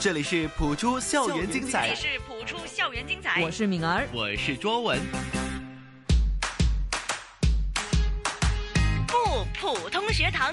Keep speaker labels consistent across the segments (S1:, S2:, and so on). S1: 这里是普出校园精彩，
S2: 是谱出校园精彩
S3: 我是敏儿，
S1: 我是卓文。
S2: 不普通学堂。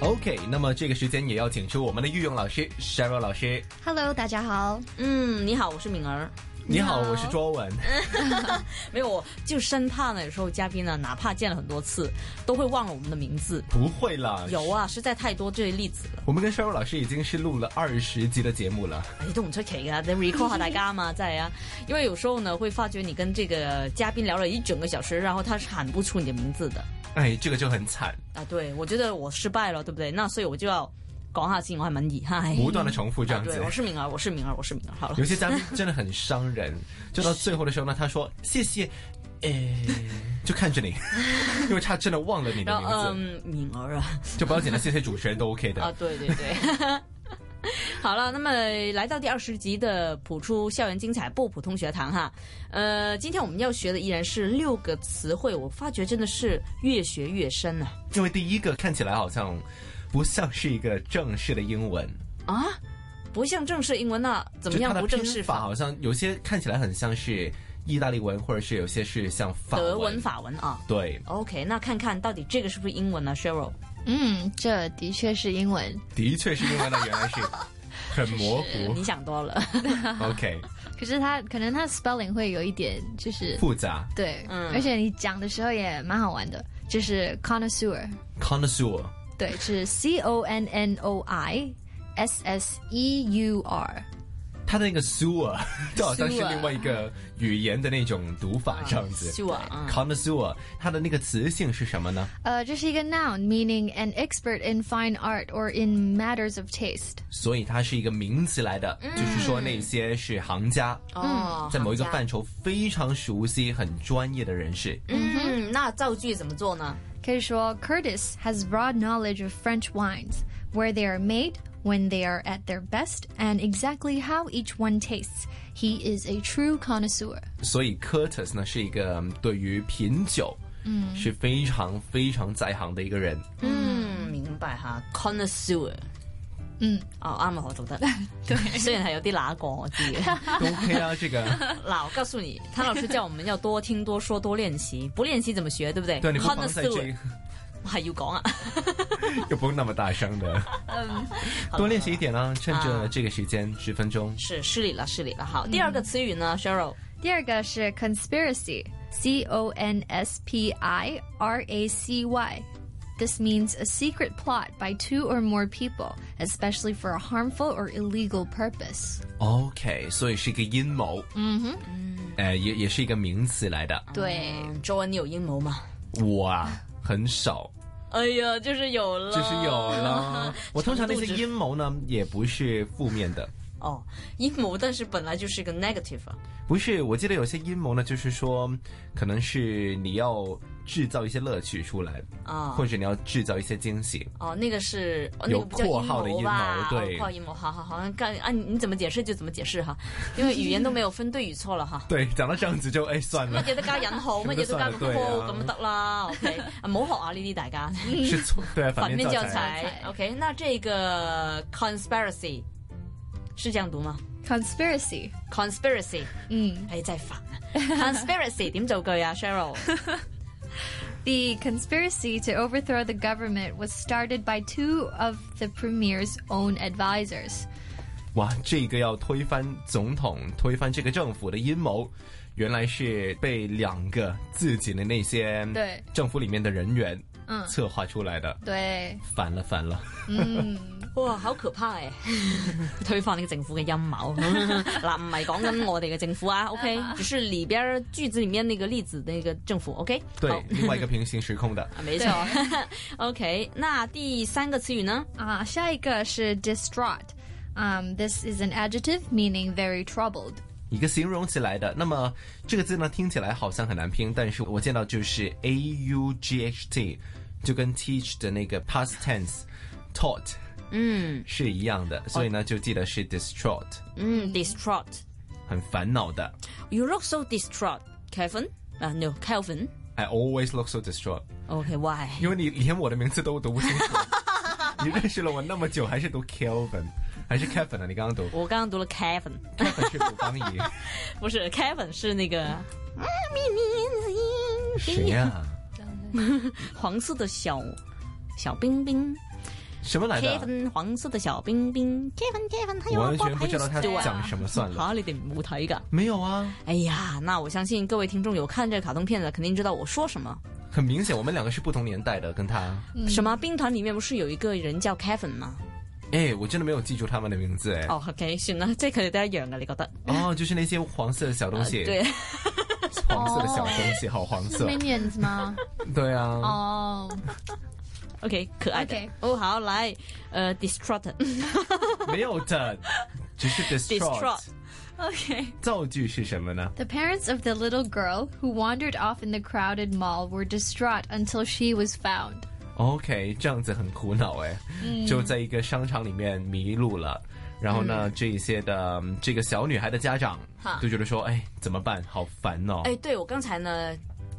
S1: OK，那么这个时间也要请出我们的御用老师 Sheryl 老师。
S4: Hello，大家好。
S3: 嗯，你好，我是敏儿。
S1: 你好，
S4: 你好
S1: 我是卓文。
S3: 嗯没有，我就生怕呢，有时候嘉宾呢，哪怕见了很多次，都会忘了我们的名字。
S1: 不会啦，
S3: 有啊，实在太多这些例子了，
S1: 我们跟 Sheryl 老师已经是录了二十集的节目了。
S3: 哎，都唔出奇噶，等 recall 下大家 嘛，在啊，因为有时候呢，会发觉你跟这个嘉宾聊了一整个小时，然后他是喊不出你的名字的
S1: 哎，这个就很惨，
S3: 啊。对，我觉得我失败了，对不对？那所以我就要讲下先，我还蛮厉害。
S1: 不断的重复这
S3: 啊
S1: 样子
S3: 对，。我是敏儿，我是敏儿，我是敏儿，好了
S1: 有。些嘉宾真的很伤 人，就到最后的时候呢，他说谢谢，哎，就看着 你，因为他真的忘了你的
S3: 然
S1: 名
S3: 后
S1: 字，
S3: 嗯，敏儿啊，
S1: 就不要紧了，谢谢主持人都 OK 的。
S3: 啊，对对对。 好了，那么来到第二十集的普出校园精彩不普通学堂哈，呃，今天我们要学的依然是六个词汇，我发觉真的是越学越深啊
S1: 因为第一个看起来好像不像是一个正式的英文，
S3: 啊，不像正式英文那、怎么
S1: 就
S3: 样
S1: 它的
S3: 不正式
S1: 拼法？好像有些看起来很像是意大利文，或者是有些是像法
S3: 德文、法文啊
S1: 对，
S3: ？OK，那看看到底这个是不是英文呢、s h e r y l
S4: 嗯，这的确是英文。
S1: 的确是英文的，原 来是很模糊
S3: 你。想多了，
S1: OK，
S4: 可是它可能它 spelling 会有一点就是
S1: 复杂
S4: 对，
S3: 嗯
S4: 而且你讲的时候也蛮好玩的，就是 connoisseur，
S1: connoisseur
S4: 对，是 C O N N O I S S E U R，
S1: 它的那个 sewer 就好像是
S3: 啊
S4: sewer
S1: 另外一个语言的那种读法这样子。
S3: 是吧？啊嗯
S1: connoisseur 它的那个词性是什么呢？
S4: 呃，这是一个 noun meaning an expert in fine art or in matters of taste，
S1: 所以它是一个名词来的，就是说那些是行家，
S3: 嗯哦，
S1: 在某一个
S3: 好家
S1: 范畴非常熟悉、很专业的人士。
S3: 嗯，那造句怎么做呢？
S4: 可以说 Curtis has broad knowledge of French wines where they are made. When they are at their best, and exactly how each one tastes. He is a true connoisseur.
S1: 所以 Curtis 呢是一个嗯对于品酒，嗯，是非常非常在行的一个人。
S3: 嗯，明白哈，connoisseur。
S4: 嗯，
S3: 哦，啱啊，我做得。 对，虽然係有啲乸過我知嘅。
S1: 都 OK 啊，这个
S3: 嗱，我告訴你，谭老師叫我們要多聽、多說、多練習，不練習怎麼學，對不對？
S1: 对，啊你不妨在这
S3: Connoisseur，我係要講啊。
S1: 又不用那么大声 的，嗯多练习一点啦、趁着
S3: 啊
S1: 这个时间十分钟。
S3: 是失禮啦，失禮啦。好，第二個詞語呢，Cheryl，
S4: 第二个是 conspiracy, C O N S P I R A C Y. This means a secret plot by two or more people, especially for a harmful or illegal purpose.
S1: OK，所以是一个阴谋。嗯哼，呃，也也是一个名词来的。
S4: 对，
S3: 嗯，Joan 你有陰謀嗎？
S1: 我啊，很少。
S3: 哎呀，就是有了，
S1: 就是有。 了，我通常那些
S3: 程度之
S1: 阴谋呢，也不是负面的，
S3: 哦，陰謀，但是本來就是個 negative 啊。
S1: 不是，我记得有些阴谋呢，就是说，可能是你要制造一些乐趣出来
S3: 啊
S1: 或者你要制造一些惊喜。
S3: 哦，那個是哦那
S1: 有
S3: 個不叫
S1: 括號的
S3: 陰謀吧？
S1: 陰謀對
S3: 哦括號陰謀，好好好，干啊，你你怎麼解釋就怎麼解釋哈，因為語言都沒有分對與錯 了哈。
S1: 对，讲到这样子就哎算
S3: 乜
S1: 了，
S3: 嘢都加引號，乜嘢 都加個括
S1: 啊
S3: 號咁就得啦。OK，唔好學啊呢啲大家。
S1: 是错对， 反
S3: 反
S1: 面
S3: 面
S1: 教
S3: 教
S1: 材。
S3: 材，OK，那这个 conspiracy 是这样讀嗎
S4: conspiracy，
S3: ？conspiracy，
S4: 嗯
S3: 哎真係煩啊！conspiracy 點造句啊，Cheryl？
S4: ，the conspiracy to overthrow the government was started by two of the premier's own advisors.
S1: 哇，这个要推翻总统、推翻这个政府的阴谋，原来是被两个自己的那些
S4: 对
S1: 政府里面的人员
S4: 嗯
S1: 策划出来的，
S4: 对，
S1: 反了反了。
S3: 哇，好可怕欸誒！ 推翻呢個政府嘅陰 謀嗱，唔係講緊我哋嘅政府啊，OK，只是里邊儿句子裡面那個例子那個政府，OK，
S1: 对
S3: 好，
S1: 另外一个平行时空的，
S3: 啊沒錯 ，OK。那第三個詞語呢？
S4: 啊，下一个是 distraught. Um, this is an adjective meaning very troubled.
S1: 一个形容词来的。那么这个字呢，听起来好像很难拼，但是我见到就是 a u g h t，就跟 teach 的那个 past tense taught
S3: 嗯
S1: 是一样的，所以呢就记得是 distraught，
S3: 嗯，distraught。
S1: 很烦恼的。
S3: You look so distraught, Kevin. 啊、n o Kelvin.
S1: I always look so distraught，
S3: OK, why?
S1: 因为你连我的名字都读不清楚。你认识了我那么久，还是读 Kelvin，还是 Kevin 啊？你刚刚 读
S3: 我刚刚读了 Kevin，
S1: Kevin 是古 方怡，
S3: 不是 Kevin 是那个
S1: 谁呀、
S3: 黄色的小小冰冰
S1: 什么来的啊？
S3: ，Kevin 黄色的小冰冰，Kevin Kevin，还有
S1: 我完
S3: Bob，
S1: 全不知道他
S3: 还有 Stewart
S1: 讲什么算了。
S3: 吓你哋冇睇噶？
S1: 没有啊，
S3: 哎呀，那我相信各位听众有看这卡通片的，肯定知道我说什么。
S1: 很明显我们两个是不同年代的，跟他。
S4: 嗯
S3: 什么兵团里面不是有一个人叫 Kevin 吗？
S1: 哎，我真的没有记住他们的名字哎。
S3: 哦，OK，算 啦，即系佢哋都一样嘅，你觉得？
S1: 哦，就是那些黄色的小东西，
S3: 呃对，哦
S1: 黄色的小东西，好黄色。
S4: Minions Um. 吗？
S1: 对啊，
S4: 哦，
S3: OK，可爱的
S4: OK
S3: 哦，好，来，呃，distraught，OK，
S1: 没有的，只是 distraught。
S3: Distraught
S4: okay.
S1: 造句是什么呢？
S4: The parents of the little girl who wandered off in the crowded mall were distraught until she was found.
S1: OK，这样子很苦恼哎，
S3: 嗯
S1: 就在一个商场里面迷路了。然后呢，这一些的嗯这个小女孩的家长
S3: 哈
S1: 就觉得说，哎，怎么办？好烦哦。
S3: 哎，对我刚才呢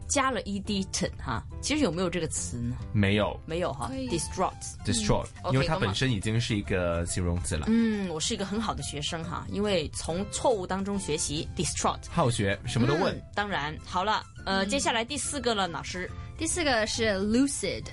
S3: 加了 ed t 哈，其实有没有这个词呢？
S1: 没有
S3: 没有哈
S4: 可以
S3: ，distraught。
S1: destroy，
S3: 嗯 OK，
S1: 因为它
S3: 干嘛
S1: 本身已经是一个形容词了。
S3: 嗯，我是一个很好的学生哈，因为从错误当中学习，distraught。
S1: 好学，什么都问
S3: 嗯。当然，好了，呃，接下来第四个了，老师。
S4: 第四个是 lucid,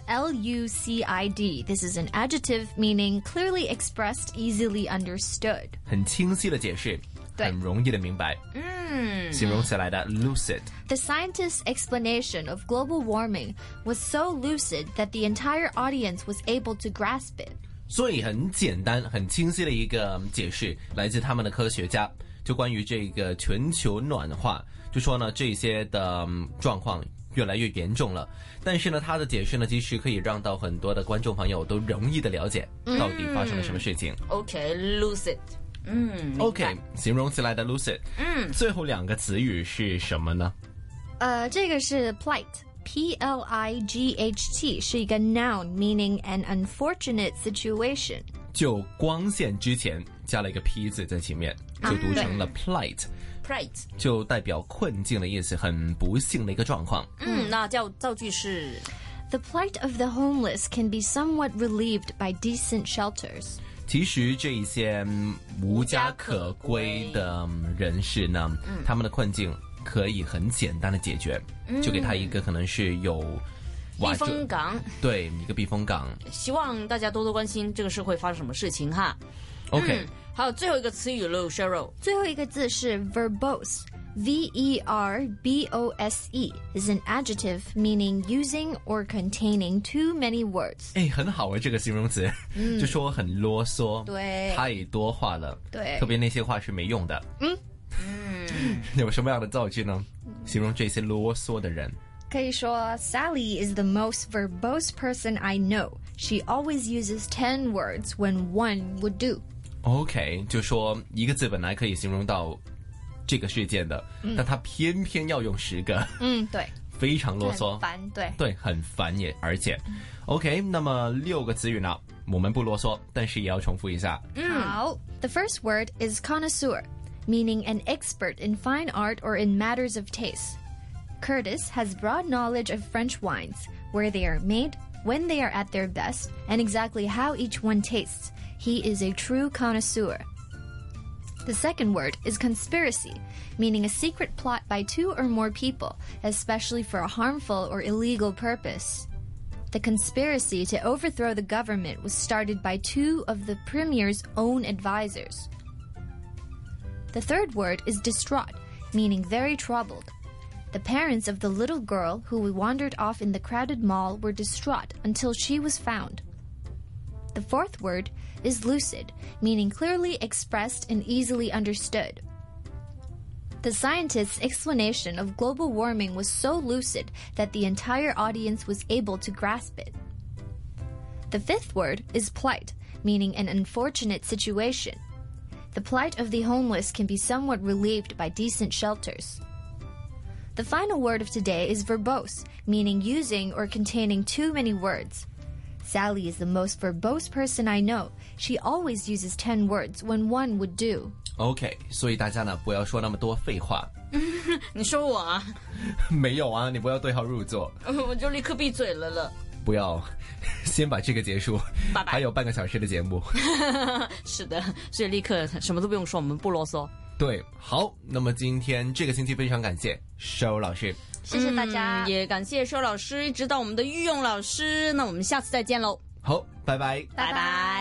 S4: L-U-C-I-D. This is an adjective meaning clearly expressed, easily understood.
S1: 很清晰的解释，
S4: 对
S1: 很容易的明白。嗯，形容词来的 lucid，
S4: The scientist's explanation of global warming was so lucid that the entire audience was able to grasp it.
S1: 所以很简单、很清晰的一个解释，来自他们的科学家，就关于这个全球暖化，就说呢这些的嗯状况。越来越严重了，但是呢，他的解释呢，其实可以让到很多的观众朋友都容易的了解到底发生了什么事情。
S3: OK，lucid、嗯
S1: OK，形容词来的 lucid，嗯，最后两个词语是什么呢？
S4: Uh, 呃，这个是 plight。P L I G H T 是一个 noun meaning an unfortunate situation。
S1: 就光线之前加了一个 p 字在前面，
S3: 啊
S1: 就读成了 plight。
S3: ，right。
S1: 就代表困境的意思，很不幸的一个状况。
S3: 嗯，那叫造句是
S4: The plight of the homeless can be somewhat relieved by decent shelters.
S1: 其实这一些嗯无家可归的嗯人士呢，
S3: 嗯
S1: 他们的困境可以很简单的解决，就给他一个可能是有
S3: 避
S1: 瓦遮
S3: 风港，
S1: 对一个避风港。
S3: 希望大家多多关心这个社会发生什么事情哈。
S1: OK，、
S3: 还有最后一个词语喽，Cheryl。
S4: 最后一个字是 verbose. V E R B O S E is an adjective meaning using or containing too many words.
S1: 哎，很好啊，这个形容词， 就说很啰嗦，
S4: 嗯对
S1: 太多话了，
S4: 对
S1: 特别那些话是没用的。嗯嗯， 有什么样的造句呢？形容这些啰嗦的人。
S4: 可以说 Sally is the most verbose person I know. She always uses 10 words when one would do.
S1: OK，就说一个字本来可以形容到这个事件的，但他偏偏要用十个，
S4: 嗯嗯，对，
S1: 非常啰嗦，
S4: 很烦，对。嗯
S1: 对，很烦也，而且，OK，那么六个词语呢，我们不啰嗦，但是也要重复一下。
S4: 嗯好。The first word is connoisseur, meaning an expert in fine art or in matters of taste. Curtis has broad knowledge of French wines, where they are made, when they are at their best, and exactly how each one tastes. He is a true connoisseur. The second word is conspiracy, meaning a secret plot by two or more people, especially for a harmful or illegal purpose. The conspiracy to overthrow the government was started by two of the premier's own advisors. The third word is distraught, meaning very troubled. The parents of the little girl who wandered off in the crowded mall were distraught until she was found. The fourth word is lucid, meaning clearly expressed and easily understood. The scientist's explanation of global warming was so lucid that the entire audience was able to grasp it. The fifth word is plight, meaning an unfortunate situation. The plight of the homeless can be somewhat relieved by decent shelters. The final word of today is verbose, meaning using or containing too many words. Sally is the most verbose person I know. She always uses 10 words when one would do.
S1: OK，所以大家呢不要说那么多废话，
S3: 你说我啊，
S1: 没有啊，你不要对号入座。
S3: 我就立刻闭嘴了了。
S1: 不要 先把这个结束，
S3: 拜拜
S1: 还有半个小时的节目。
S3: 是的，所以立刻什么都不用说，我们不啰嗦。
S1: 对，好，那么今天这个星期非常感谢收老师，
S4: 谢谢大家，
S3: 嗯也感谢收老师，指导我们的御用老师。那我们下次再见喽，
S1: 好，拜拜。
S3: 拜拜